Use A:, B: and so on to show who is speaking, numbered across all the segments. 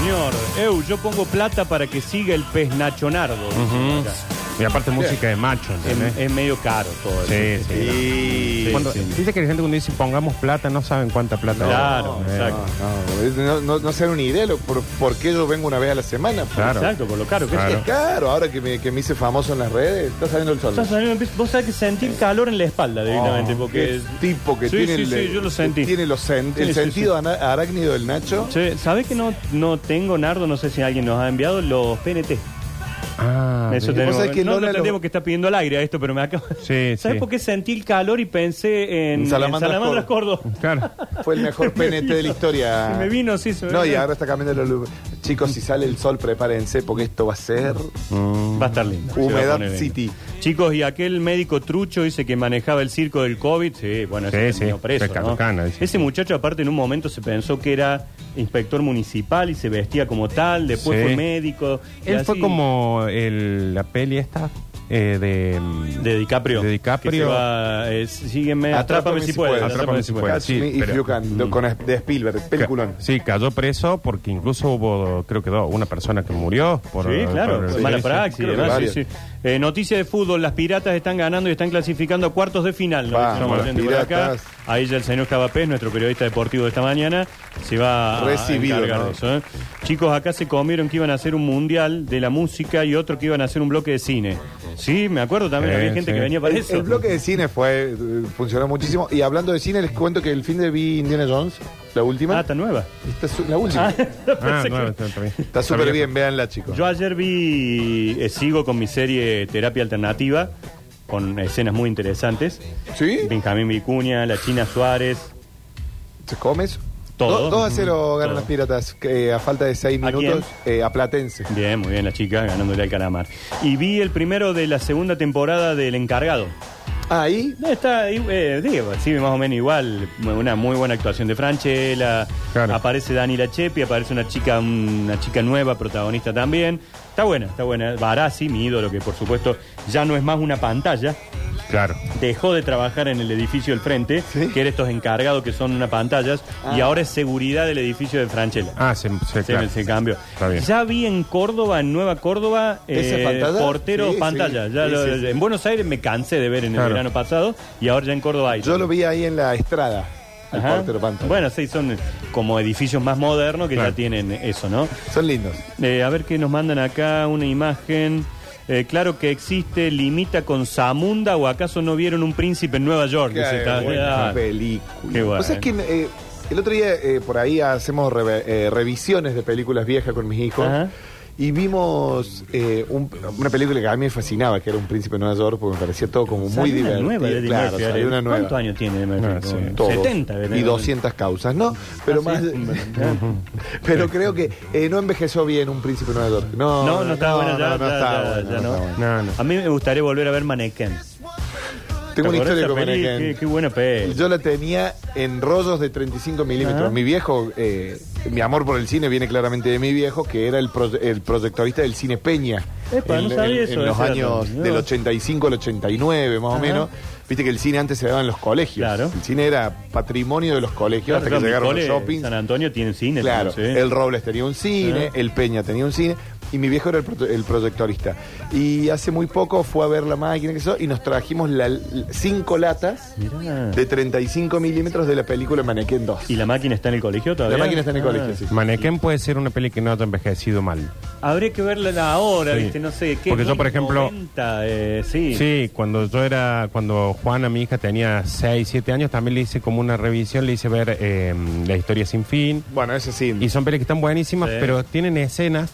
A: señor. Eu, yo pongo plata para que siga el pez Nacho Nardo. dice
B: Ujú.
A: acá.
B: Y aparte música de macho, ¿entendés?
A: es, es medio caro todo.
B: Sí, sí.
C: Y...
B: Cuando- Dice que la gente cuando dice pongamos plata no saben cuánta plata
A: Claro,
B: es. Eh,
A: exacto.
C: No, es- no, no, no se dan una idea lo- por, por qué yo vengo una vez a la semana.
B: Claro.
A: Exacto, por lo caro que
B: Claro.
A: es.
C: Es caro, ahora que me, que me hice famoso en las redes, está saliendo el sol.
A: Estás saliendo- Vos sabés que sentir calor en la espalda directamente.
C: Oh,
A: porque
C: qué tipo que
A: Sí,
C: tiene
A: sí,
C: el,
A: sí, yo lo sentí.
C: tiene los sen-
A: Sí,
C: el
A: sí,
C: sentido ana- arácnido del Nacho.
A: Che, ¿Sabés que no, no tengo, Nardo? No sé si alguien nos ha enviado los PNT.
B: Ah,
A: Eso
B: bien.
A: tenemos.
C: sabés que
A: no
C: Lola
A: no
C: lo-
A: tendríamos que estar pidiendo al aire a esto, pero me acabo.
B: Sí,
A: ¿Sabés
B: sí.
A: por qué sentí el calor y pensé en,
C: En Salamandras
A: Salamandras Córdoba?
B: Claro.
C: Fue el mejor PNT de la historia.
A: Se me vino, sí, se me
C: No, y
A: vino.
C: ahora está cambiando la luz. Chicos, si sale el sol, prepárense porque esto va a ser.
A: Va a estar lindo.
C: Humedad
A: Se va a poner bien.
C: City.
A: Chicos, y aquel médico trucho dice que manejaba el circo del COVID. Sí, bueno, ese
B: Sí,
A: terminó
B: sí,
A: preso,
B: pesca
A: ¿no?
B: tucana, dice.
A: Ese muchacho, aparte, en un momento se pensó que era inspector municipal y se vestía como tal. Después
B: Sí.
A: fue médico. y
B: Él fue
A: así-
B: como el, la peli esta eh, de, mm,
A: De DiCaprio.
B: De
A: Que se
B: DiCaprio.
A: va, eh, sígueme,
C: Atrápame
A: atrápame si puedes.
C: puedes.
B: Atrápame si puedes.
C: Catch
B: sí,
C: me if
B: pero-
C: you can,
A: mm.
C: lo- con, de Spielberg, peliculón.
B: Ca- Sí, cayó preso porque incluso hubo, creo que dos, una persona que murió por.
A: Sí, claro,
B: por-
A: por
B: sí,
A: mala
B: sí.
A: praxis.
C: creo que
A: además,
C: varias.
A: sí, sí. Eh, noticia de fútbol, las piratas están ganando y están clasificando a cuartos de final. ¿no?
C: Vamos,
A: Estamos
C: las
A: oyendo por acá.
C: piratas.
A: Ahí ya el señor Cabapés, nuestro periodista deportivo de esta mañana, se va a
C: Recibido,
A: encargar
C: ¿no?
A: de eso, ¿eh? Chicos, acá se comieron que iban a hacer un mundial de la música y otro que iban a hacer un bloque de cine. Sí, me acuerdo también,
B: Eh,
A: había gente
B: sí.
A: que venía para
C: El,
A: eso.
C: el bloque de cine fue eh, funcionó muchísimo. Y hablando de cine, les cuento que el fin de vi Indiana Jones, la última.
A: Ah, tan nueva.
C: Está su- la última.
A: Ah,
B: Ah,
A: pensé que-
B: no, está, está bien.
C: Está súper bien, véanla, chicos.
A: Yo ayer vi, eh, sigo con mi serie Terapia Alternativa, con escenas muy interesantes.
C: ¿Sí?
A: Benjamín Vicuña, la China Suárez.
C: ¿Te comes?
A: Todo. Mm,
C: 2 a 0 ganan
A: Todo.
C: las piratas, que eh, a falta de 6
A: ¿A quién?
C: minutos, eh, a Platense.
A: Bien, muy bien la chica, ganándole al calamar. Y vi el primero de la segunda temporada del encargado.
C: Ahí,
A: No, Está, eh, digo, sí, más o menos igual. Una muy buena actuación de Franchella.
B: Claro.
A: Aparece Dani Chepi, aparece una chica, una chica nueva, protagonista también. Está buena, está buena. Barassi, mi ídolo, que por supuesto ya no es más una pantalla.
B: Claro.
A: dejó de trabajar en el edificio del frente,
C: Sí.
A: que eran estos encargados que son unas pantallas, y ahora es seguridad del edificio de Franchella.
B: Ah, se, se,
A: Sí,
B: claro.
A: ese cambio.
B: Está bien.
A: Ya vi en Córdoba, en Nueva Córdoba, eh,
C: ¿Ese pantalla?
A: portero
C: Sí,
A: pantalla.
C: sí.
A: Ya
C: Sí,
A: lo-
C: sí, sí.
A: En Buenos Aires me cansé de ver en
B: Claro.
A: el verano pasado y ahora ya en Córdoba hay.
C: yo lo vi ahí en la estrada, al
A: Ajá.
C: portero Pantano.
A: Bueno, sí, son eh, como edificios más modernos que
B: Claro.
A: ya tienen eso, ¿no?
C: Son lindos.
A: Eh, a ver qué nos mandan acá, una imagen. Eh, claro que existe, limita con Zamunda o acaso no vieron un príncipe en Nueva York.
C: Qué
A: Dice, está-
C: buena
A: ah,
C: película.
A: Qué bueno.
C: O sea, es que eh, el otro día eh, por ahí hacemos reve- eh, revisiones de películas viejas con mis hijos.
A: Ajá.
C: Y vimos eh, un- una película que a mí me fascinaba, que era Un Príncipe de Nueva York, porque me parecía todo como muy
A: Salió una
C: divertido.
A: nueva de Eddie
C: claro,
A: Murphy,
C: salió
A: ahora.
C: una nueva.
A: ¿Cuántos años tiene Eddie
B: Ah,
A: Murphy?
B: sí.
A: Como
C: Todos.
A: 70.
C: y
A: ¿verdad?
C: 200 causas, ¿no? Pero
A: Ah,
C: más.
A: sí.
C: Pero creo que eh, no envejeció bien un príncipe de Nueva York. No,
A: No, no está buena ya.
C: no, no
A: ya,
C: está
A: ya,
C: buena,
A: ya
C: no
A: no.
C: está buena.
B: No, no.
A: A mí me gustaría volver a ver Mannequin.
C: Tengo una
A: ¿Te acordás
C: historia
A: esa
C: con
A: peli?
C: Mannequin.
A: Qué, qué buena peli.
C: Yo la tenía en rollos de 35
A: Ajá.
C: milímetros. Mi viejo, eh, mi amor por el cine viene claramente de mi viejo, que era el, proye- el proyectorista del cine Peña.
A: Epa,
C: en,
A: no sabía
C: en-
A: eso,
C: en los
A: ese
C: años
A: dato, ¿no?
C: del 85 al 89, más
A: Ajá.
C: o menos. Viste que el cine antes se daba en los colegios.
A: Claro.
C: El cine era patrimonio de los colegios hasta que
A: Claro,
C: llegaron los
A: Nicole,
C: shoppings.
A: San Antonio tiene cine.
C: Claro,
A: también, sí.
C: el Robles tenía un cine,
A: Ah.
C: el Peña tenía un cine, y mi viejo era el, pro- el proyectorista. Y hace muy poco fue a ver la máquina que eso, y nos trajimos la- l- cinco latas
A: Mirá.
C: de 35 milímetros de la película Manequén 2.
A: Ah. ¿Y la máquina está en el colegio
C: La
A: todavía?
C: máquina está en el
A: Ah.
C: colegio, sí.
B: Manequén puede ser una peli que no haya envejecido mal.
A: Ah. Habré que verla ahora,
B: Sí.
A: ¿viste? No sé qué.
B: Porque yo, por
A: 9.90,
B: ejemplo-
A: eh, sí.
B: Sí, cuando yo era, cuando Juana, mi hija, tenía 6, 7 años, también le hice como una revisión, le hice ver eh, La historia sin fin.
C: Bueno, ese sí.
B: Y son pelis que están buenísimas,
A: Sí.
B: pero tienen escenas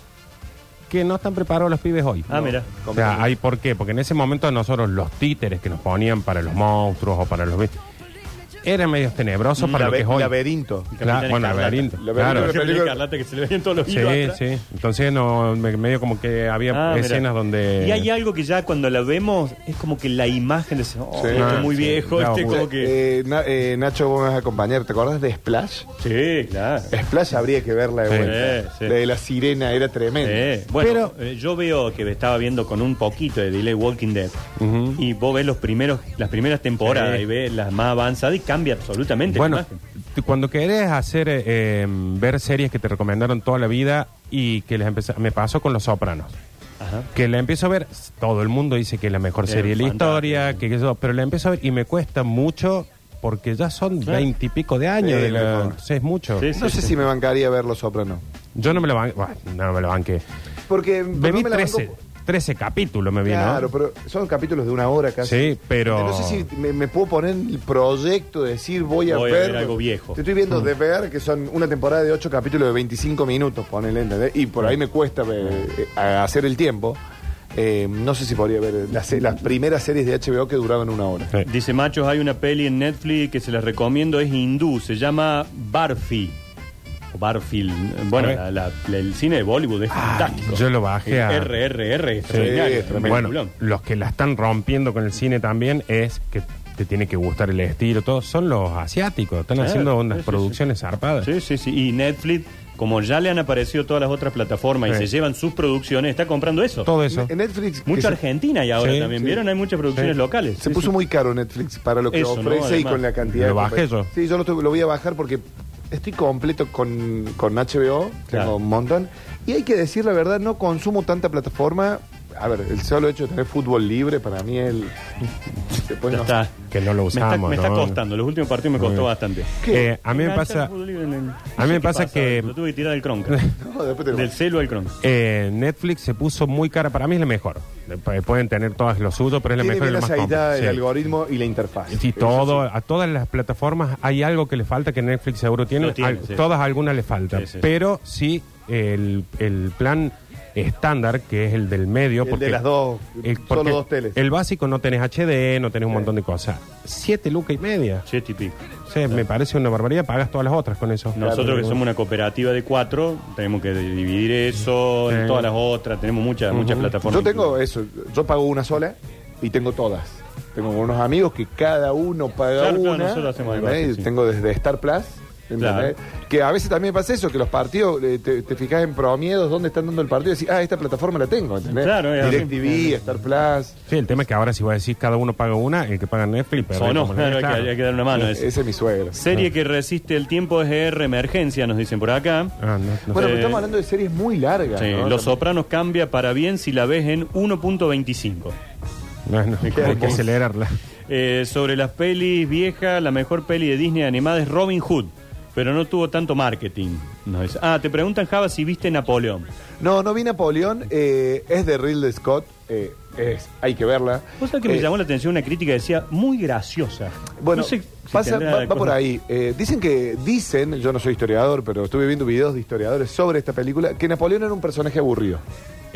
B: que no están preparados los pibes hoy.
A: Ah, mira.
B: O sea, hay por qué, porque en ese momento nosotros los títeres que nos ponían para los monstruos o para los bi- eran medios
A: Mm,
B: tenebrosos para
C: La
B: lo que
C: ve-
B: es hoy.
C: laberinto.
B: Claro, bueno,
A: Escarlata.
B: laberinto.
C: Laberinto
B: Claro.
C: de
A: Yo vi
C: película-
A: Escarlata que se le veían todos los
B: Sí,
A: hilos atrás.
B: sí. Entonces no, me- medio como que había
A: Ah,
B: escenas
A: mira.
B: donde
A: Y hay algo que ya cuando la vemos es como que la imagen de ese, oh,
C: Sí.
A: este
C: Ah,
A: muy
B: sí.
A: viejo,
B: No,
A: este
B: muy-
A: como que.
C: Eh, Na- eh, Nacho, vos me vas a acompañar. ¿Te acordás de Splash?
A: Sí, claro.
C: Splash habría que verla de
B: Sí.
C: vuelta.
A: Sí, sí.
C: La de la sirena era tremenda.
A: Sí. Bueno, eh, yo veo que estaba viendo con un poquito de delay Walking Dead y vos ves los primeros, las primeras temporadas
B: Sí.
A: y ves las más avanzadas y cambia absolutamente
B: Bueno,
A: la imagen.
B: tú cuando querés hacer eh, eh, ver series que te recomendaron toda la vida y que les empecé, me pasó con Los Sopranos.
A: Ajá.
B: Que la empiezo a ver, todo el mundo dice que es la mejor
A: Es
B: serie de la
A: fantástica.
B: historia, que, que eso, pero la empiezo a ver y me cuesta mucho porque ya son
A: Claro.
B: veintipico de años,
C: Sí,
B: de la-
C: por favor.
B: entonces es mucho.
A: Sí, sí.
C: No sé si me bancaría ver Los Sopranos.
B: Yo no me lo banqué, no me lo banqué.
C: Porque
B: Me vi
C: no me la
B: 13,
C: banco-
B: 13 capítulos, me vi, ¿no?
C: Claro, pero son capítulos de una hora casi.
B: Sí, pero-
C: Entonces, si me, me puedo poner en el proyecto de decir voy a,
A: Voy a
C: ver.
A: ver algo viejo. Mm.
C: Te estoy viendo de ver que son una temporada de 8 capítulos de 25 minutos, ponele, ¿entendés? Y por
A: Mm.
C: ahí me cuesta eh, eh, a- hacer el tiempo. Eh, no sé si podría ver las, se- las primeras series de HBO que duraban una hora.
B: Sí.
A: Eh, Dice Machos, hay una peli en Netflix que se las recomiendo, es hindú, se llama Barfi. O Barfield. Bueno,
B: A ver.
A: la-
B: Ah,
A: la- la- el cine de Bollywood es fantástico.
B: yo lo bajé a-
A: RRR, extraordinario,
C: es tremendo.
A: peliculón.
B: Bueno, los que la están rompiendo con el cine también es que te tiene que gustar el estilo, todo. Son los asiáticos, están
A: Claro,
B: haciendo
A: sí,
B: unas
A: sí,
B: producciones zarpadas.
A: Sí, sí, sí. Y Netflix, como ya le han aparecido todas las otras plataformas y
B: Sí.
A: se llevan sus producciones, está comprando eso.
B: Todo eso.
C: En Netflix. que
A: Mucha
C: se-
A: Argentina y ahora
B: Sí,
A: también.
C: sí.
A: ¿Vieron? Hay muchas producciones
B: Sí.
A: locales.
C: Se
A: Sí,
C: puso
A: sí.
C: muy caro Netflix para lo que
A: Eso, ¿no?
C: ofrece y
A: Además.
C: con la cantidad.
B: Lo
C: de
B: bajé
C: compa-
B: yo.
C: Sí, yo lo, tuve- lo voy a bajar porque estoy completo con, con HBO,
A: Claro.
C: tengo un montón. Y hay que decir la verdad, no consumo tanta plataforma. A ver, el solo hecho de tener fútbol libre para mí el. Después
A: Ya
C: no.
A: está.
B: Que no lo
A: Me está-
B: usamos,
A: Me está,
B: ¿no?
A: costando. Los últimos partidos me
B: Muy
A: costó
B: bien.
A: bastante.
C: ¿Qué?
B: Eh, a mí me
A: Engancha
B: pasa.
A: el fútbol libre en el-
B: a mí me
A: ¿Qué
B: pasa que-
A: Lo tuve que tirar del cronca.
C: No, después te lo-
A: del celo al cronca.
B: Eh, Netflix se puso muy cara. Para mí es la mejor. Eh, Pueden tener todas los suyos, pero es la
C: Tiene
B: mejor y
C: bien
B: la más
C: aceitada
B: cómoda.
C: el
B: Sí.
C: algoritmo y la interfaz.
B: Sí,
C: Eso
B: todo, a todas las plataformas hay algo que le falta que Netflix seguro tiene.
A: Lo tiene,
B: Al-
A: sí.
B: Todas algunas le falta.
A: Sí, sí.
B: Pero sí, el, el plan estándar, que es el del medio.
C: El
B: porque,
C: de las dos, solo
B: porque
C: dos teles.
B: El básico no tenés HD, no tenés un montón de cosas. Siete lucas y media.
A: Chet y pico.
B: O sea, me parece una barbaridad. Pagas todas las otras con eso.
A: Nosotros que somos una cooperativa de cuatro, tenemos que dividir eso en
B: Sí.
A: todas las otras. Tenemos muchas, muchas plataformas.
C: Yo tengo eso, yo pago una sola y tengo todas. Tengo unos amigos que cada uno paga
A: Claro, claro,
C: una.
A: nosotros hacemos algo
C: ¿entendés?
A: así, sí.
C: Tengo desde Star Plus. ¿entendés? Que a veces también pasa eso, que los partidos, eh, te, te fijas en promiedos, dónde están dando el partido y decís, ah, esta plataforma la tengo, ¿entendés?
A: Claro, es así.
C: DirecTV, Star Plus.
B: Sí, el tema es que ahora si vos decís cada uno paga una, el que paga Netflix, pero...
A: O no, claro, hay que, hay que dar una mano. a eso.
C: Ese es mi suegro.
A: Serie que resiste el tiempo es R Emergencia, nos dicen por acá.
B: Ah, no, no.
C: Bueno,
A: sé.
C: pero estamos hablando de series muy largas.
A: Sí,
C: ¿no?
A: Los
C: También.
A: Sopranos cambia para bien si la ves en 1.25.
B: No, no, hay que acelerarla.
A: Eh, sobre las pelis viejas, la mejor peli de Disney animada es Robin Hood, pero no tuvo tanto marketing. No es- Ah, te preguntan, Java, si viste Napoleón.
C: No, no vi Napoleón, eh, es de Ridley Scott, eh, es, hay que verla.
A: Vos sabés que me
C: Eh,
A: llamó la atención una crítica que decía, muy graciosa.
C: Bueno,
A: No sé si
C: pasa-
A: tendrá
C: va, va por
A: cosa-
C: ahí. Eh, dicen que, dicen, yo no soy historiador, pero estuve viendo videos de historiadores sobre esta película, que Napoleón era un personaje aburrido.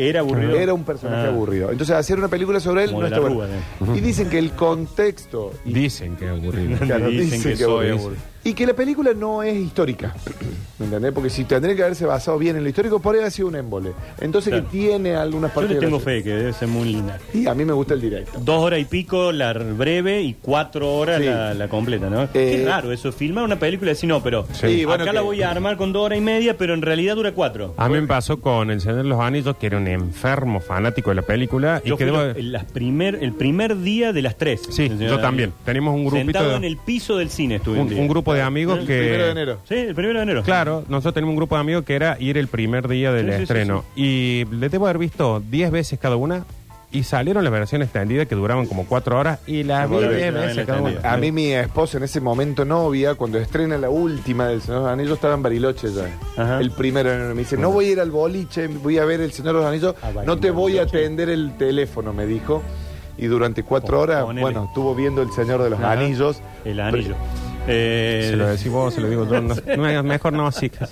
A: Era aburrido.
C: Era un personaje
A: Ah.
C: aburrido. Entonces, hacer una película sobre él
A: Como
C: no
A: de
C: está
A: la
C: bueno. Y dicen que el contexto.
B: Dicen que es aburrido.
A: Claro, dicen que soy aburrido.
C: Y que la película no es histórica. ¿Me entendés? Porque si tendría que haberse basado bien en lo histórico, podría haber sido un émbole. Entonces,
A: Claro.
C: que tiene algunas
A: Yo
C: partes.
A: le tengo fe
C: graciosas.
A: que debe ser muy linda.
C: Y a mí me gusta el directo.
A: Dos horas y pico la breve y cuatro horas
C: Sí.
A: la, la completa, ¿no? Qué
C: Eh,
A: raro eso, filmar una película y decir, no, pero
B: Sí.
A: acá
C: Y bueno,
A: la
C: que-
A: voy a armar con dos horas y media, pero en realidad dura cuatro.
B: A mí me pasó con El Señor de los Anillos, que era un enfermo fanático de la película.
A: Yo
B: y que
A: fui
B: debo-
A: los- las primer, el primer día de las tres.
B: Sí, yo también. Tenemos un grupito
A: Sentado
B: de,
A: en el piso del cine estuve
B: un,
A: día.
B: un grupo de amigos que...
C: Primero de enero.
A: Sí, el primero de enero.
B: Claro, nosotros tenemos un grupo de amigos que era ir el primer día del
A: Sí, sí, sí,
B: estreno. Y le debo haber visto 10 veces cada una. Y salieron las versiones extendidas que duraban como 4 horas. Y las
A: Me
B: vi
A: volví,
B: 10
A: me
B: veces
A: volví
B: cada una.
A: extendida.
C: A mí mi esposa en ese momento novia, cuando estrena la última del Señor de los Anillos, estaba en Bariloche ya.
A: Ajá.
C: El primero de enero. Me dice, no voy a ir al boliche, voy a ver el Señor de los Anillos,
A: A Bariloche.
C: no te voy a atender el teléfono, me dijo. Y durante cuatro
A: Oh,
C: horas,
A: ponele.
C: bueno, estuvo viendo el Señor de los
A: Ajá.
C: Anillos.
A: El anillo. Eh,
B: Se lo decís vos, se lo digo yo. no- no, mejor no, chicas.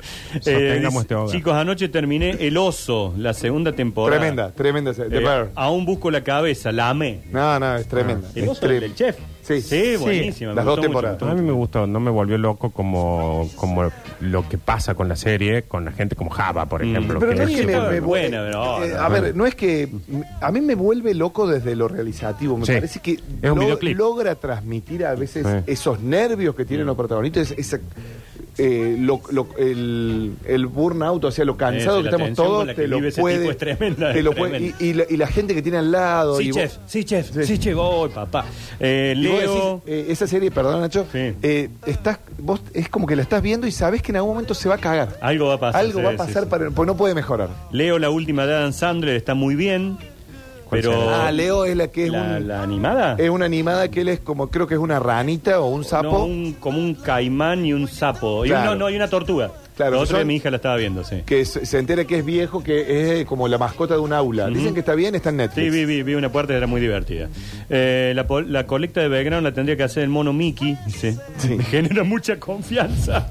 A: eh,
B: Sostengamos
A: dice,
B: este hogar.
A: chicos, anoche terminé El Oso, la segunda temporada.
C: Tremenda, tremenda. The
A: Eh,
C: Bear.
A: aún busco la cabeza, la amé.
C: No, no, es tremenda.
A: El
C: Es
A: oso
C: trem-
A: del chef.
C: Sí.
A: sí buenísima. me
C: Las dos
A: gustó mucho,
C: temporadas.
A: me gustó
B: A mí
A: mucho.
B: me gustó, no me volvió loco como, como lo que pasa con la serie, con la gente como Java, por ejemplo.
C: Mm. Pero
B: que
C: no es que me,
B: tipo-
C: me vuelve-
A: Buena, pero-
C: eh, a ver, no es que. A mí me vuelve loco desde lo realizativo. Me
B: Sí.
C: parece que
B: Es un videoclip.
C: logra transmitir a veces
B: Sí.
C: esos nervios que tienen los protagonistas. Esa eh, lo- lo- el, el burnout, o sea, lo cansado
A: Esa,
C: que
A: la
C: estamos
A: tensión con
C: todos,
A: la que
C: te lo
A: vive ese tipo
C: puede.
A: es tremenda,
C: te
A: es
C: lo puede-
A: tremenda.
C: y, y la, y la gente que tiene al lado. y
A: Sí,
C: vos-
A: chef, sí, chef,
C: Sí.
A: sí, chef, voy, papá. Eh,
C: y vos
A: Leo.
C: decís, eh, esa serie, perdón Nacho,
A: Sí.
C: eh, estás, vos es como que la estás viendo y sabes que en algún momento se va a cagar.
A: Algo va a pasar. Ah,
C: Algo
A: sí,
C: va a
A: sí,
C: pasar,
A: sí.
C: para- porque no puede mejorar.
A: Leo, la última de Adam Sandler, está muy bien.
B: ¿Cuál
A: Pero.
B: será?
C: Ah, Leo es la que es,
A: ¿La,
C: un-
A: la animada?
C: es una animada que él es como, creo que es una ranita o un sapo.
A: No, un- como un caimán y un sapo. Y
C: Claro.
A: un- no, no, y una tortuga.
C: Claro,
A: Lo
C: que
A: otro que
C: son-
A: mi hija la estaba viendo, sí.
C: que se se entera que es viejo, que es eh, como la mascota de un aula. Dicen que está bien, está en
A: Sí,
C: Netflix.
A: vi, vi, vi una parte que era muy divertida. Eh, la, pol- la colecta de Belgrano la tendría que hacer el mono Mickey. Sí.
C: Sí.
A: Me genera mucha confianza.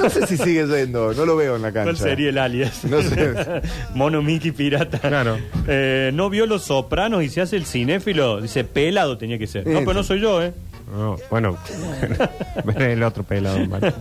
C: No sé si sigue yendo, no lo veo en la cancha.
A: ¿Cuál sería el alias?
C: No sé.
A: mono Mickey pirata.
B: Claro.
A: Eh, no vio Los Sopranos y se hace el cinéfilo. Dice, pelado tenía que ser. No,
C: Sí,
A: pero no
C: sí.
A: soy yo, ¿eh?
B: No, bueno, veré el otro pelado. vale.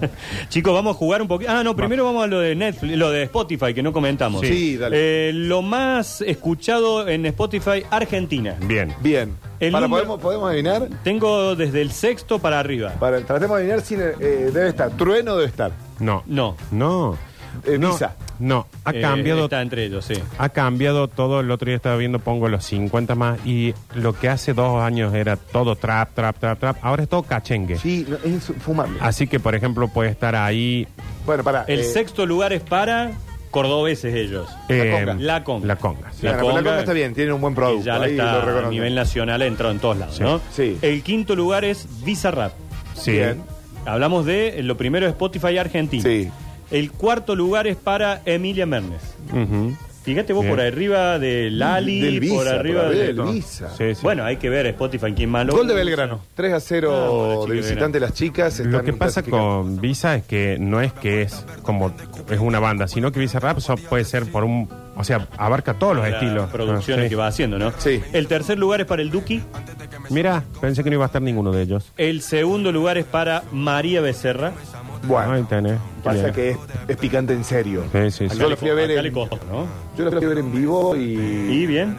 A: Chicos, vamos a jugar un poquito. Ah, no, primero vamos a lo de Netflix, lo de Spotify, que no comentamos.
C: Sí. Sí, dale.
A: Eh, lo más escuchado en Spotify, Argentina.
B: Bien.
C: Bien.
A: El
C: Para,
A: número-
C: podemos, podemos adivinar.
A: Tengo desde el sexto para arriba.
C: Para, tratemos de adivinar si eh, debe estar. Trueno debe estar.
B: No.
A: No.
B: No.
C: Eh,
B: no,
C: Visa.
B: No, ha
A: Eh,
B: cambiado
A: Está entre ellos, sí.
C: Eh,
B: Ha cambiado todo. El otro día estaba viendo, pongo los 50 más. Y lo que hace dos años era todo trap, trap, trap, trap. Ahora es todo cachengue.
C: Sí, no, es fumable.
B: Así que, por ejemplo, puede estar ahí.
C: Ah, Bueno, eh, para.
A: El sexto lugar es para cordobeses ellos.
C: conga.
A: La conga.
B: eh, La conga. sí.
A: La
C: la conga,
A: conga
C: está bien, tiene un buen producto.
A: Que ya la
C: ahí
A: está
C: lo reconocen.
A: a nivel nacional entró en todos lados,
B: Sí.
A: ¿no?
C: Sí.
A: El quinto lugar es Bizarrap.
B: Sí.
C: Bien.
A: Hablamos de eh, lo primero es Spotify Argentina.
C: Sí.
A: El cuarto lugar es para Emilia Mernes.
B: Ujú.
A: Fíjate vos
B: Bien.
A: por arriba de Lali,
C: Del Visa,
A: por arriba
C: por
A: de
C: del Visa.
B: Sí, sí.
A: Bueno, hay que ver Spotify quién más lo
C: Gol de
A: usa.
C: Belgrano. 3 a 0
A: Ah, bueno, chica,
C: de visitante las chicas.
B: Lo
C: están
B: que pasa
C: clasificando.
B: con Visa es que no es que es como es una banda, sino que Visa Rap so- puede ser por un, o sea, abarca todos los
A: Las
B: estilos. Ah,
A: producciones
B: Sí.
A: que va haciendo, ¿no?
C: Sí.
A: El tercer lugar es para el Duki.
B: Mira, pensé que no iba a estar ninguno de ellos.
A: El segundo lugar es para María Becerra.
C: Bueno,
B: Ahí tenés.
C: pasa
B: Bien.
C: que es, es picante en serio.
B: Sí, sí, sí.
C: Yo la fui a ver
A: Acá
C: en-
A: le costó, ¿no?
C: Yo la fui a ver en vivo y.
A: Y bien.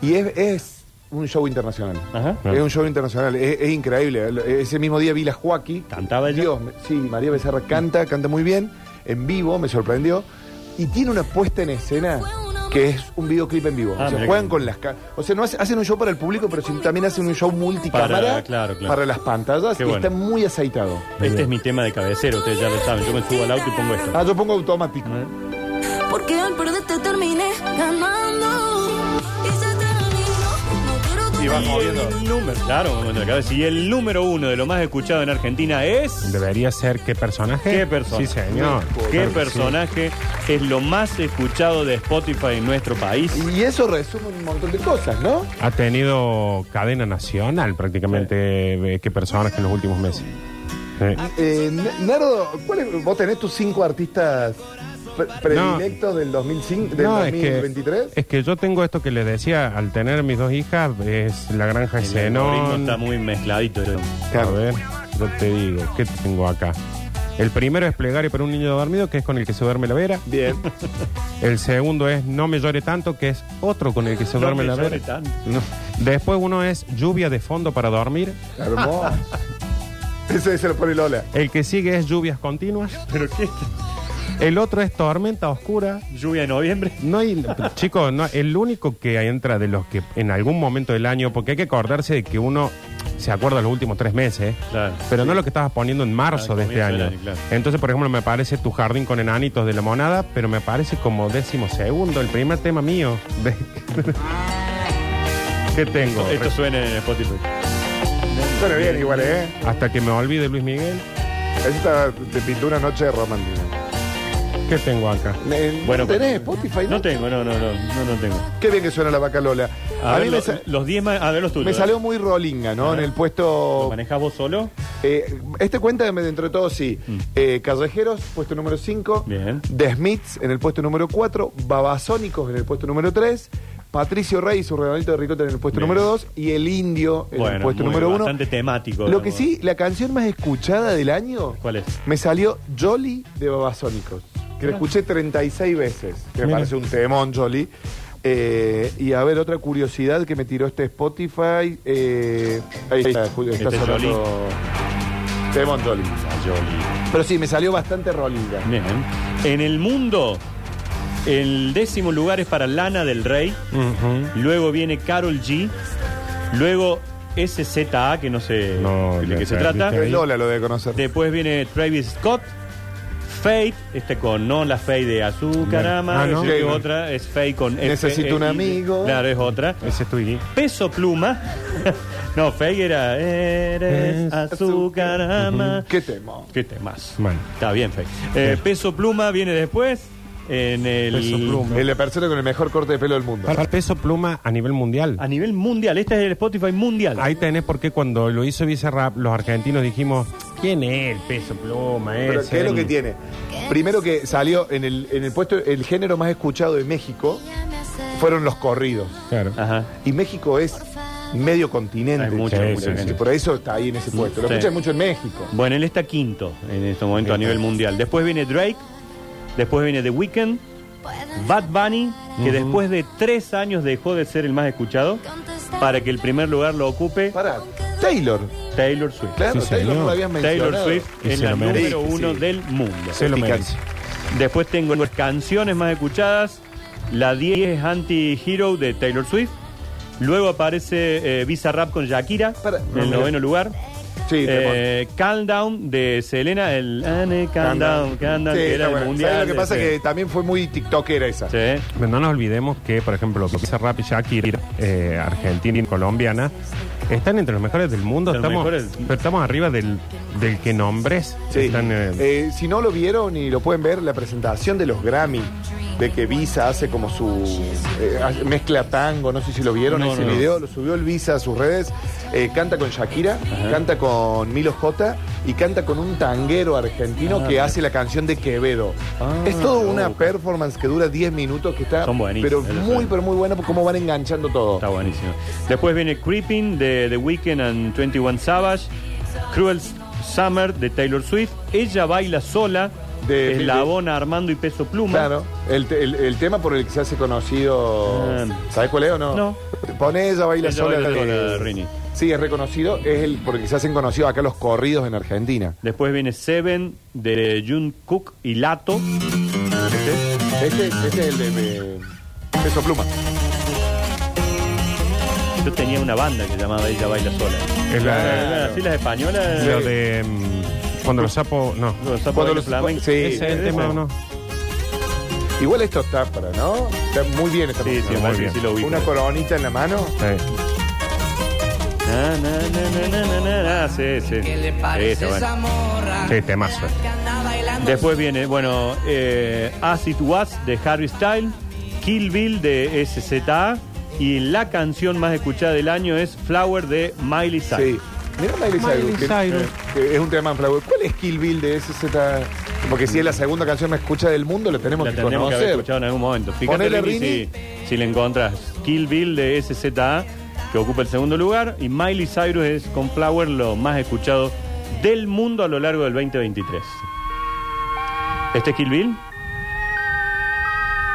C: Y es, es un show internacional.
A: Ajá.
C: Es un show internacional, es, es increíble. Ese mismo día vi la Joaquí.
A: ¿Cantaba ella?
C: Dios, me- sí, María Becerra canta, canta muy bien, en vivo, me sorprendió. Y tiene una puesta en escena que es un videoclip en vivo.
A: Ah,
C: o sea,
A: mira
C: juegan
A: que-
C: con las... ca- O sea, no hace- hacen un show para el público, pero sí también hacen un show multicámara
A: Para- claro, claro.
C: para las pantallas
A: Qué
C: y
A: bueno.
C: está muy aceitado.
A: Este es mi tema de cabecero, ustedes ya lo saben. Yo me subo al auto y pongo esto.
C: Ah, yo pongo automático.
D: Porque al perderte terminé ganando. Y se terminó. No quiero tu
C: Y va moviendo.
A: El número, claro, vamos a la cabeza. Y el número uno de lo más escuchado en Argentina es.
B: Debería ser qué personaje.
A: ¿Qué personaje?
B: Sí, señor.
A: ¿Qué
B: Claro que
A: personaje es lo más escuchado de Spotify en nuestro país?
C: Y eso resume un montón de cosas, ¿no?
B: sí. Ha tenido cadena nacional prácticamente eh, qué personaje en los últimos meses. Sí.
C: Eh, N- Nardo, ¿cuál es- vos tenés tus cinco artistas pre- predilectos del 2005, del
B: No, es que,
C: 2023?
B: es que yo tengo esto que les decía, al tener mis dos hijas, es la granja de
A: El algoritmo
B: Zenón.
A: está muy mezcladito. ¿no?
B: A ver, yo te digo, ¿qué tengo acá? El primero es Plegario para un niño dormido, que es con el que se duerme la vera.
C: Bien.
B: El segundo es No me llore tanto, que es otro con el que se
A: No
B: duerme
A: me
B: la
A: llore
B: vera.
A: tanto.
B: Después uno es Lluvia de fondo para dormir.
C: Hermoso. Ese se lo pone Lola.
B: El que sigue es Lluvias continuas.
A: ¿Pero qué?
B: El otro es Tormenta oscura.
A: ¿Lluvia de noviembre?
B: No hay, chicos, no, el único que entra de los que en algún momento del año, porque hay que acordarse de que uno se acuerda los últimos tres meses, ¿eh?
A: Claro.
B: pero no lo que estabas poniendo en marzo
A: Al
B: de este
A: comienzo
B: año.
A: del Ah, año, claro.
B: Entonces, por ejemplo, me aparece Tu jardín con enanitos de la monada, pero me aparece como décimo segundo, el primer tema mío. de- ¿Qué tengo?
A: Esto suena en Spotify.
C: Suena bien igual, ¿eh?
B: Hasta que me olvide Luis Miguel.
C: Esta te pintó una noche romántica.
B: ¿Qué tengo acá?
C: Eh,
A: Bueno,
C: ¿No tenés Spotify?
A: No tengo, no, no, no, no, no tengo.
C: Qué bien que suena la vaca Lola.
A: A,
C: A,
A: ver,
C: mí me,
A: lo-
C: sa-
A: los 10 más, a ver los tuyos.
C: me
A: ¿eh?
C: salió muy rolinga, ¿no? En el puesto...
A: ¿Lo manejás vos solo?
C: Eh, este cuenta dentro de todo sí. Eh, Callejeros, puesto número 5.
A: Mm. Bien.
C: The Smiths en el puesto número 4. Babasónicos en el puesto número 3. Patricio Rey y su regalito de ricota en el puesto
A: Bien.
C: número 2. Y El Indio en el
A: Bueno,
C: puesto
A: muy-
C: número 1.
A: bastante temático.
C: Lo que
A: digamos.
C: sí, la canción más escuchada del año.
A: ¿Cuál es?
C: Me salió Jolly de Babasónicos. Que la escuché 36 veces. Que me
B: Mira.
C: parece un temón, Jolly. Eh, y a ver, otra curiosidad que me tiró este Spotify. eh, ahí está, está
A: Este es
C: sonando.
A: Jolly.
C: Temón Jolly.
A: Ah, Jolly.
C: Pero sí, me salió bastante rolinga.
A: Bien. ¿eh? En el mundo, el décimo lugar es para Lana del Rey. Luego viene Carol G. Luego SZA, que no sé
B: No,
A: de
B: ya
A: qué se
B: sé,
A: trata.
B: viste.
C: Es Lola lo de conocer.
A: Después viene Travis Scott. Fate, este con no la Fate de Azucarama.
B: Ah, ¿no?
A: es
C: Ok.
A: otra, es Fate con F,
C: Necesito un
A: E, I.
C: amigo.
A: Claro, es otra.
B: Ese es tu ID.
A: Peso Pluma. no, Fate era Eres
B: Es
A: Azucarama.
C: ¿Qué tema?
A: ¿Qué temas?
B: Bueno.
A: Está bien, Fake. Eh, peso Pluma viene después. En el,
B: Peso Pluma.
C: Es la persona con el mejor corte de pelo del mundo.
B: Para peso pluma a nivel mundial.
A: A nivel mundial, este es el Spotify mundial.
B: Ahí tenés porque cuando lo hizo Bizarrap, los argentinos dijimos, ¿quién es el peso pluma?
C: Pero
B: ese?
C: ¿qué es lo que tiene? Primero que salió en el, en el puesto, el género más escuchado de México fueron los corridos.
B: Claro.
A: Ajá.
C: Y México es medio continente.
A: Hay mucha,
C: Sí,
B: mucha
C: sí,
B: gente.
C: sí. Por eso está ahí en ese puesto. Lo
A: Sí.
C: escuchan mucho en México.
A: Bueno, él está quinto en este momento a
B: Sí.
A: nivel mundial. Después viene Drake, después viene The Weeknd, Bad Bunny, que después de tres años dejó de ser el más escuchado para que el primer lugar lo ocupe
C: Para Taylor.
A: Taylor Swift.
C: Claro,
B: Sí,
C: Taylor
B: señor.
C: no lo habías mencionado.
A: Taylor Swift
B: Y
A: es
B: se
A: la
B: lo merece.
A: número uno
C: Sí.
A: del mundo.
B: Se lo
C: Picante.
B: merece.
A: Después tengo las canciones más escuchadas. La 10 es Anti-Hero de Taylor Swift. Luego aparece eh, Visa Rap con Shakira
C: Para-
A: en
C: no,
A: el
C: mira.
A: noveno lugar.
C: Sí, te
A: Eh, Calm Down de Selena. El eh, Calm Down, Calm Down,
C: Sí,
A: que
C: está
A: era el
C: bueno.
A: mundial.
C: ¿Sabes lo que pasa?
A: Sí.
C: Que también fue muy tiktokera esa.
A: Sí.
B: Pero no nos olvidemos que, por ejemplo, Bizarrap y Shakira, eh, argentina y colombiana, están entre los mejores del mundo.
A: De los
B: Estamos,
A: mejores.
B: Pero estamos arriba del, del que nombres.
C: Sí.
B: Están, eh,
C: Eh, si no lo vieron y lo pueden ver, la presentación de los Grammy, de que Visa hace como su eh, hace- mezcla tango, no sé si lo vieron
A: No,
C: ese
A: no, no.
C: video, lo subió el Visa a sus redes, eh, canta con Shakira, canta con Milo J y canta con un tanguero argentino que hace la canción de Quevedo.
A: Ah,
C: es toda una
A: ok.
C: performance que dura 10 minutos, que está
A: Son
C: pero
A: buenísimas, esas
C: muy,
A: son.
C: pero muy buena, porque cómo van enganchando todo.
A: Está buenísimo. Después viene Creeping de The Weeknd and 21 Savage. Cruel Summer de Taylor Swift. Ella baila sola.
C: De-
A: Eslabón Armando y Peso Pluma.
C: Claro, el, te- el- el tema por el que se hace conocido.
A: Ah.
C: ¿Sabes cuál es o no?
A: No.
C: Pone ella baila
A: Ella
C: sola
A: baila
C: la
A: sola,
C: de-
A: Rini.
C: Sí, es reconocido, es el porque se hacen conocidos acá los corridos en Argentina.
A: Después viene Seven de Jun Cook y Lato.
C: Este, este es el de, de Peso Pluma.
A: Yo tenía una banda que llamaba Ella Baila Sola.
B: Es la-
A: Ah, sí, las españolas.
B: lo de. mm, cuando los sapos. No.
A: los sapos
C: Cuando
A: bailan
C: los-
A: flamenco.
C: sí.
B: ¿Ese es el tema
C: eh.
B: o no?
C: Igual esto está para, ¿no? Está muy bien esta
A: Sí, sí,
C: música.
A: me
B: Muy
A: parece que
B: bien.
A: sí lo ubico.
C: Una coronita en la mano.
B: Sí.
A: Na, na, na, na, na, na, na, Ah, sí, sí.
E: ¿Qué le
A: Sí,
E: parece
A: está bueno.
E: esa morra?
B: Sí, temazo.
E: Que anda bailando
A: Después viene, bueno, eh, As It Was de Harry Style, Kill Bill de SZA y la canción más escuchada del año es Flower de Miley Cyrus.
C: Sí. Mira
B: Miley
C: Miley Cyrus. que-
B: Cyrus.
C: que es un tema en Flower. ¿Cuál es Kill Bill de SZ? Porque si es la segunda canción más escuchada del mundo, la tenemos
A: La
C: que
A: tendríamos que haber
C: conocer.
A: escuchado en algún momento. Fíjate
C: Ponele,
A: Rini, si, si le encontrás Kill Bill de SZA, que ocupa el segundo lugar, y Miley Cyrus es con Flower lo más escuchado del mundo a lo largo del 2023. ¿Este es Kill Bill?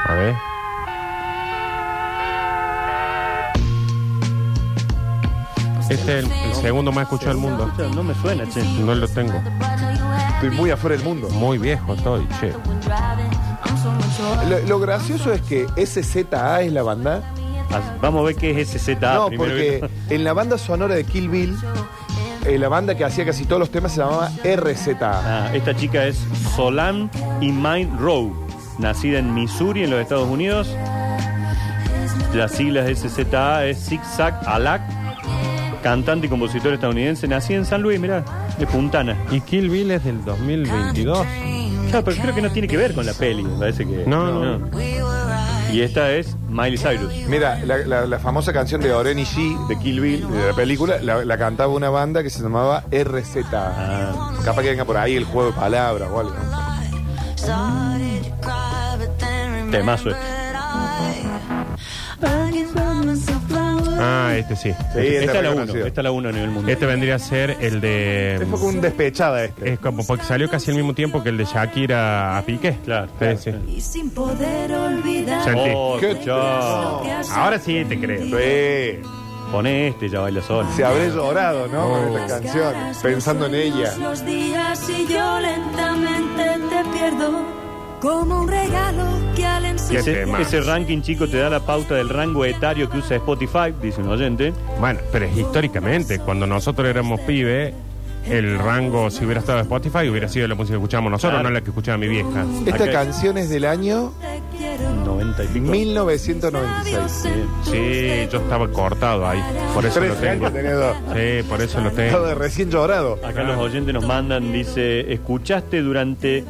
B: A ver. Este es el, el segundo más escuchado del mundo.
A: No me suena, che.
B: No lo tengo.
C: Estoy muy afuera del mundo.
B: Muy viejo estoy, che.
C: Lo, lo gracioso es que SZA es la banda.
A: Ah, Vamos a ver qué es SZA.
C: no,
A: Ah, primero que
C: porque
A: nada.
C: en la banda sonora de Kill Bill, eh, la banda que hacía casi todos los temas se llamaba RZA.
A: Ah, esta chica es Solan Imain Rowe, nacida en Missouri, en los Estados Unidos. Las siglas SZA es Zig Zag Alak, cantante y compositor estadounidense, nacida en San Luis, mirá, de Puntana.
B: Y Kill Bill es del 2022.
A: Claro, pero creo que no tiene que ver con la peli, me parece que.
B: No, no.
A: Y esta es Miley Cyrus.
C: Mira, la, la- la famosa canción de Oren y G de Kill Bill, de la película, la, la cantaba una banda que se llamaba RZA.
A: Ah,
C: Capaz que venga por ahí el juego de palabras o algo.
A: Temazo.
D: este.
B: Ah, este sí.
A: esta,
C: Sí, esta
A: es la
C: es
A: 1,
C: reconocida.
A: esta es la 1 a nivel mundial.
B: Este vendría a ser el de.
C: Es un despechada este.
B: Es como porque salió casi al mismo tiempo que el de Shakira a Piqué.
A: Claro,
B: Sí,
A: claro,
B: sí.
A: claro.
D: Y sin poder olvidar
B: Sentí.
A: Oh,
C: ¿Qué
A: escuchá.
D: lo que has
B: Ahora sí te creo.
C: Sí.
A: Pone este, ya baila solo.
C: Se habré llorado, ¿no? Con
B: Oh.
C: esta canción, pensando en ella.
D: Los días y yo lentamente te pierdo como un regalo que al
B: Qué
A: Ese,
B: tema.
A: ese ranking, chico, te da la pauta del rango etario que usa Spotify, dice un oyente.
B: Bueno, pero es históricamente, cuando nosotros éramos pibe, el rango, si hubiera estado Spotify, hubiera sido la música que escuchábamos nosotros,
A: Claro.
B: no la que escuchaba mi vieja.
C: Esta
A: Acá-
C: canción es del año
A: 90 y pico.
C: 1996.
B: Sí, yo estaba cortado ahí, por eso lo
C: Tres
B: tengo.
C: años tenés dos.
B: Sí, por eso lo
C: Todo
B: tengo.
C: de recién llorado.
A: Acá los oyentes nos mandan, dice, escuchaste durante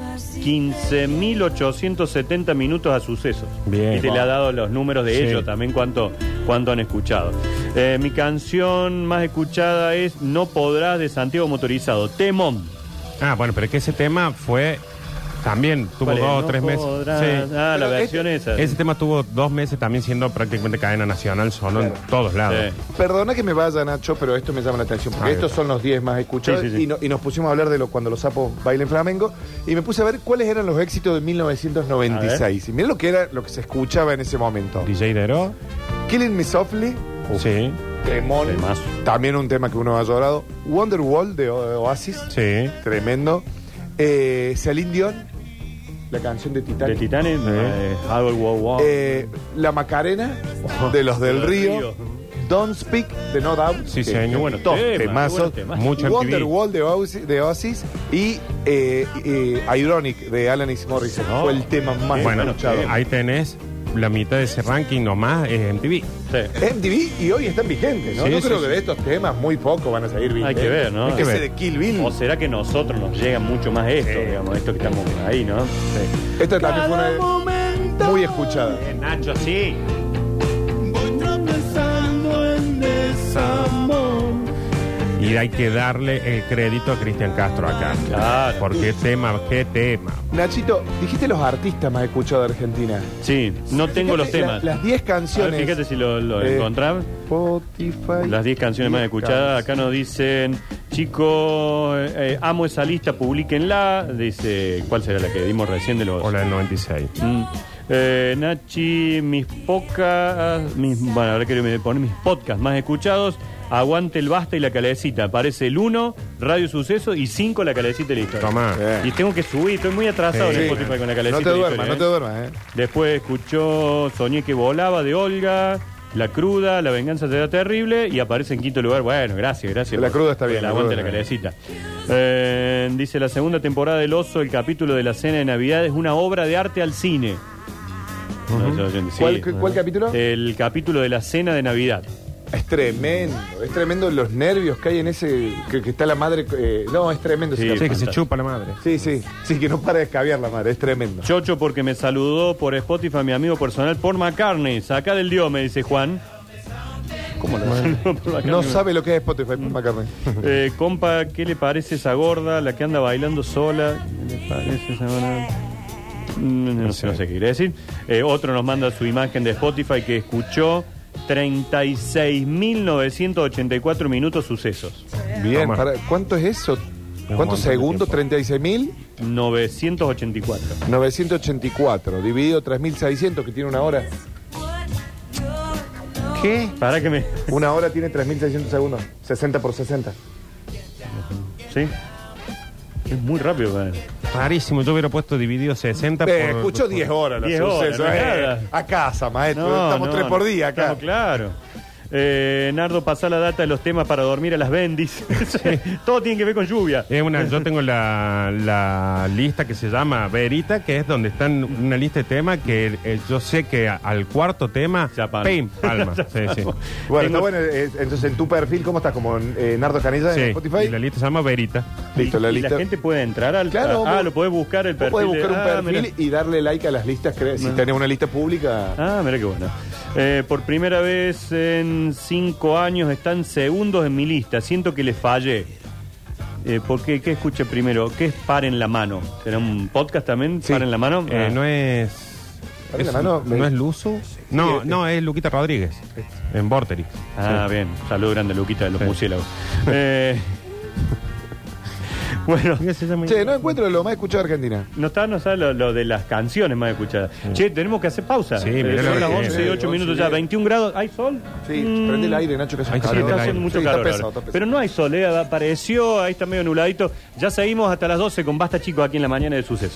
A: 15.870 minutos a sucesos.
B: Bien.
A: Y te le ha dado los números de
B: Sí.
A: ellos también, cuánto, cuánto han escuchado. Eh, mi canción más escuchada es No Podrás de Santiago Motorizado, Temón.
B: Ah, bueno, pero es que ese tema fue, también tuvo
A: ¿Cuál es?
B: dos o
A: No
B: tres meses.
A: podrás.
B: Sí.
A: Ah, la
C: Pero este
A: versión esa.
B: Ese tema tuvo dos meses también siendo prácticamente cadena nacional, solo en todos lados.
A: Sí.
C: Perdona que me vaya, Nacho, pero esto me llama la atención. Porque
B: Ahí
C: estos
B: está.
C: son los 10 más escuchados.
A: Sí, sí, sí.
C: Y, no- y nos pusimos a hablar de lo, cuando los sapos bailan flamenco. Y me puse a ver cuáles eran los éxitos de 1996. Y mira lo que era lo que se escuchaba en ese momento.
B: DJ Dero,
C: Killing Me Softly.
B: sí,
C: Temón.
A: Temazo.
C: También un tema que uno ha llorado. Wonderwall de O- Oasis.
B: sí.
C: Tremendo. Eh, Celine Dion. La canción de
A: De
C: Titanic.
A: Titanes, eh, How I Wow Wow.
C: Eh, la Macarena de los del
A: Del
C: Río.
A: Río.
C: Don't Speak de No Doubt.
B: Sí,
C: que-
B: señor.
C: que-
B: Bueno,
C: todos
A: tema,
C: temazos.
A: bueno, tema.
B: Mucho MTV.
C: Wonderwall de Oasis, de Oasis y eh, eh, Ironic de Alanis Morrison.
A: Oh.
B: No.
C: Fue el tema más
B: Bueno,
C: escuchado.
B: eh, ahí tenés la mitad de ese ranking nomás, es MTV.
A: Sí.
C: MTV y hoy están vigentes, ¿no?
B: Sí,
C: Yo
B: sí,
C: creo
B: sí.
C: que de estos temas muy pocos van a seguir
A: Hay
C: vigentes.
A: que ver, ¿no?
B: Hay que
C: Ese
B: ver.
C: de Kill Bill.
A: ¿O será que nosotros nos llega mucho más esto,
B: Sí.
A: digamos, esto que estamos ahí, ¿no?
C: Esta también fue una de- muy escuchada.
A: Eh,
B: Nacho, sí. Y hay que darle el crédito a Cristian Castro acá.
A: Ah, Claro.
B: Porque tema, qué tema.
C: Nachito, dijiste los artistas más escuchados de Argentina.
A: Sí, no tengo los
C: Fíjate, la-
A: temas.
C: las 10
A: A ver,
C: canciones.
A: fíjate si lo, lo
C: Eh,
A: encontrás.
C: Spotify.
A: Las 10 canciones más
C: 10
A: escuchadas.
C: canciones.
A: Acá nos dicen, chicos, eh, amo esa lista, publiquenla. Dice, ¿cuál será la que dimos recién de los...
B: O la del 96.
A: Mm. Eh, Nachi, mis pocas... Mis, bueno, ahora que me poner mis podcasts más escuchados. Aguante el basta y la calecita. Aparece el 1, Radio Suceso y 5 la calecita y la historia.
B: Tomá.
C: Bien.
A: Y tengo que subir, estoy muy atrasado
B: Sí.
A: en Spotify con la calecita.
C: No te
A: y la historia,
C: duermas, no
A: ¿eh?
C: te duermas, ¿eh?
A: Después escuchó Soñé que volaba de Olga, La Cruda, La Venganza será terrible y aparece en quinto lugar. Bueno, gracias, gracias.
C: La
A: por-
C: Cruda está
A: por
C: bien,
A: el
C: La
A: aguante
C: Cruda
A: la
C: está
A: calecita. Eh, dice la segunda temporada del Oso, el capítulo de la cena de Navidad es una obra de arte al cine. No, yo- yo- sí.
C: ¿Cuál- cuál capítulo?
A: El capítulo de la cena de Navidad.
C: Es tremendo, es tremendo los nervios que hay en ese. que, que está la madre. eh, no, es tremendo.
A: Sí.
B: Sí,
C: ese
B: que se
A: fantástico.
B: chupa la madre.
C: cap- Sí, sí, sí, que no para de escabiar la madre, es tremendo.
A: Chocho porque me saludó por Spotify mi amigo personal por McCartney. Saca del dios, me dice Juan. ¿Cómo lo saludó por McCartney?
C: No sabe lo que es Spotify,
A: Mm.
C: Paul McCartney.
A: Eh, compa, ¿qué le parece esa gorda, la que anda bailando sola? ¿Qué le parece esa gorda? Mm, No, sé, no sé qué quiere decir. Eh, otro nos manda su imagen de Spotify que escuchó 36.984 minutos sucesos.
C: Bien,
B: Toma.
C: para- ¿cuánto es eso?
B: montón
C: ¿Cuántos
B: de
C: segundos?
B: tiempo.
A: 984.
C: 36.984, dividido 3.600, que tiene una hora. ¿Qué?
A: Para que me...
C: Una hora tiene 3.600 segundos, 60 por 60.
A: ¿Sí? Es muy rápido. para-
B: Rarísimo, yo hubiera puesto dividido 60
C: Eh, escucho 10 horas los
A: 10 horas,
C: sucesos,
A: no es
C: eh.
A: nada.
C: A casa, maestro.
A: No,
C: Estamos
A: no,
C: tres por día acá.
A: estamos claro. Eh, Nardo, pasá la data de los temas para dormir a las bendis. Todo tiene que ver con lluvia.
B: Es una, yo tengo la, la lista que se llama Verita, que es donde están una lista de temas que eh, yo sé que a- al cuarto tema,
A: Ya palma.
B: pim, palma. Sí, sí.
C: Bueno,
A: Tengo-
C: está bueno. eh, Entonces, en tu perfil, ¿cómo estás? ¿Como eh, Nardo Canilla
B: Sí,
C: en
B: y
C: Spotify? Ah.
B: la lista se llama Verita.
C: Listo,
A: Y-
C: la
A: y
C: lista.
A: la gente puede entrar al.
C: Claro,
A: ah,
C: vos-
A: lo podés buscar el
C: Vos
A: perfil.
C: podés buscar
A: de-
C: un
A: ah,
C: perfil
A: mirá.
C: y darle like a las listas. cre- Si tenés una lista pública.
A: Ah, mira qué bueno. Eh, por primera vez en cinco años están segundos en mi lista. Siento que les fallé. Eh, ¿Por qué? ¿Qué escuché primero? ¿Qué es Par en la Mano? ¿Será un podcast también?
C: Sí.
A: ¿Par en la Mano?
B: Eh,
A: Ah.
B: no es.
C: Dame la
B: es-
C: mano, me-
B: ¿No es Luzu? No,
C: eh,
B: no, es Luquita Rodríguez. En Vorterix.
A: Ah, bien. Salud grande, Luquita de los
B: Sí.
A: murciélagos. Eh, Bueno,
B: Mira, se llama-
C: Che, no encuentro lo más escuchado de Argentina.
A: no está, no sabe lo, lo de las canciones más escuchadas. Che, tenemos que hacer pausa. Eh,
B: Sí, mirá
A: son
B: lo
A: las
B: que
A: 11 y
C: es.
A: 8 minutos ya, 21 grados. ¿Hay sol?
C: Sí,
A: Mm,
C: prende el aire, Nacho, que hace
B: Ay,
C: un
B: sí,
A: Sí, está
C: calor.
B: Prende el
A: haciendo
B: aire.
A: mucho
C: Sí, está
A: calor. ahora.
C: pesado, está pesado.
A: Pero no hay sol, eh, apareció, ahí está medio nubladito. Ya seguimos hasta las 12 con Basta Chicos aquí en la mañana de suceso.